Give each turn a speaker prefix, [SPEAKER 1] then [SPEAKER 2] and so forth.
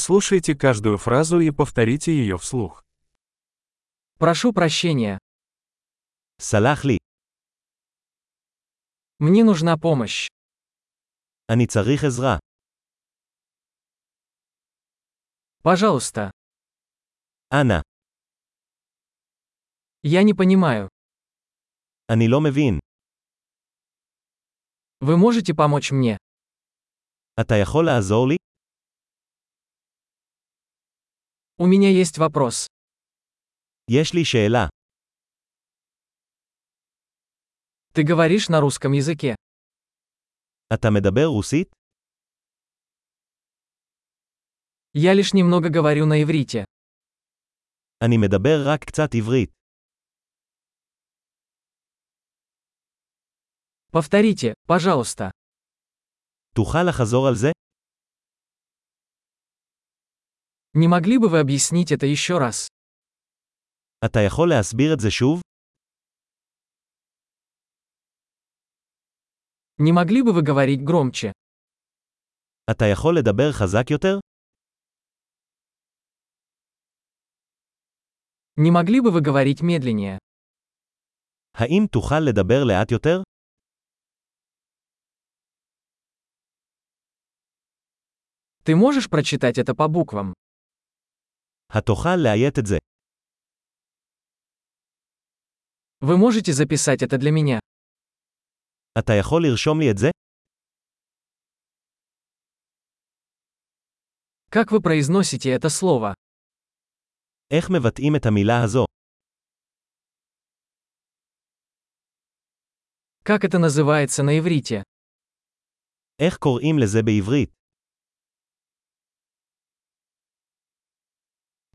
[SPEAKER 1] Прослушайте каждую фразу и повторите ее вслух.
[SPEAKER 2] Прошу прощения.
[SPEAKER 3] סלח לי,
[SPEAKER 2] Мне нужна помощь.
[SPEAKER 3] אני צריך עזרה.
[SPEAKER 2] Пожалуйста.
[SPEAKER 3] אנא,
[SPEAKER 2] Я не понимаю.
[SPEAKER 3] אני לא מבין.
[SPEAKER 2] Вы можете помочь мне?
[SPEAKER 3] אתה יכול לעזור לי?
[SPEAKER 2] У меня есть вопрос.
[SPEAKER 3] יש לי שאלה.
[SPEAKER 2] Ты говоришь на русском языке.
[SPEAKER 3] אתה מדבר רוסית?
[SPEAKER 2] Я лишь немного говорю на иврите.
[SPEAKER 3] אני מדבר רק קצת עברית.
[SPEAKER 2] Повторите, пожалуйста.
[SPEAKER 3] תוכל לחזור על זה?
[SPEAKER 2] Не могли бы вы объяснить это еще раз?
[SPEAKER 3] אתה יכול להסביר את זה שוב?
[SPEAKER 2] Не могли бы вы говорить громче?
[SPEAKER 3] אתה יכול לדבר חזק יותר?
[SPEAKER 2] Не могли бы вы говорить медленнее?
[SPEAKER 3] האם תוכל לדבר לאט יותר?
[SPEAKER 2] Ты можешь прочитать это по буквам?
[SPEAKER 3] התוכל לאיית את זה.
[SPEAKER 2] Вы можете записать это для меня?
[SPEAKER 3] אתה יכול לרשום לי את זה?
[SPEAKER 2] Как вы произносите это слово?
[SPEAKER 3] איך מבטאים את המילה הזו?
[SPEAKER 2] Как это называется на иврите?
[SPEAKER 3] איך קוראים לזה בעברית?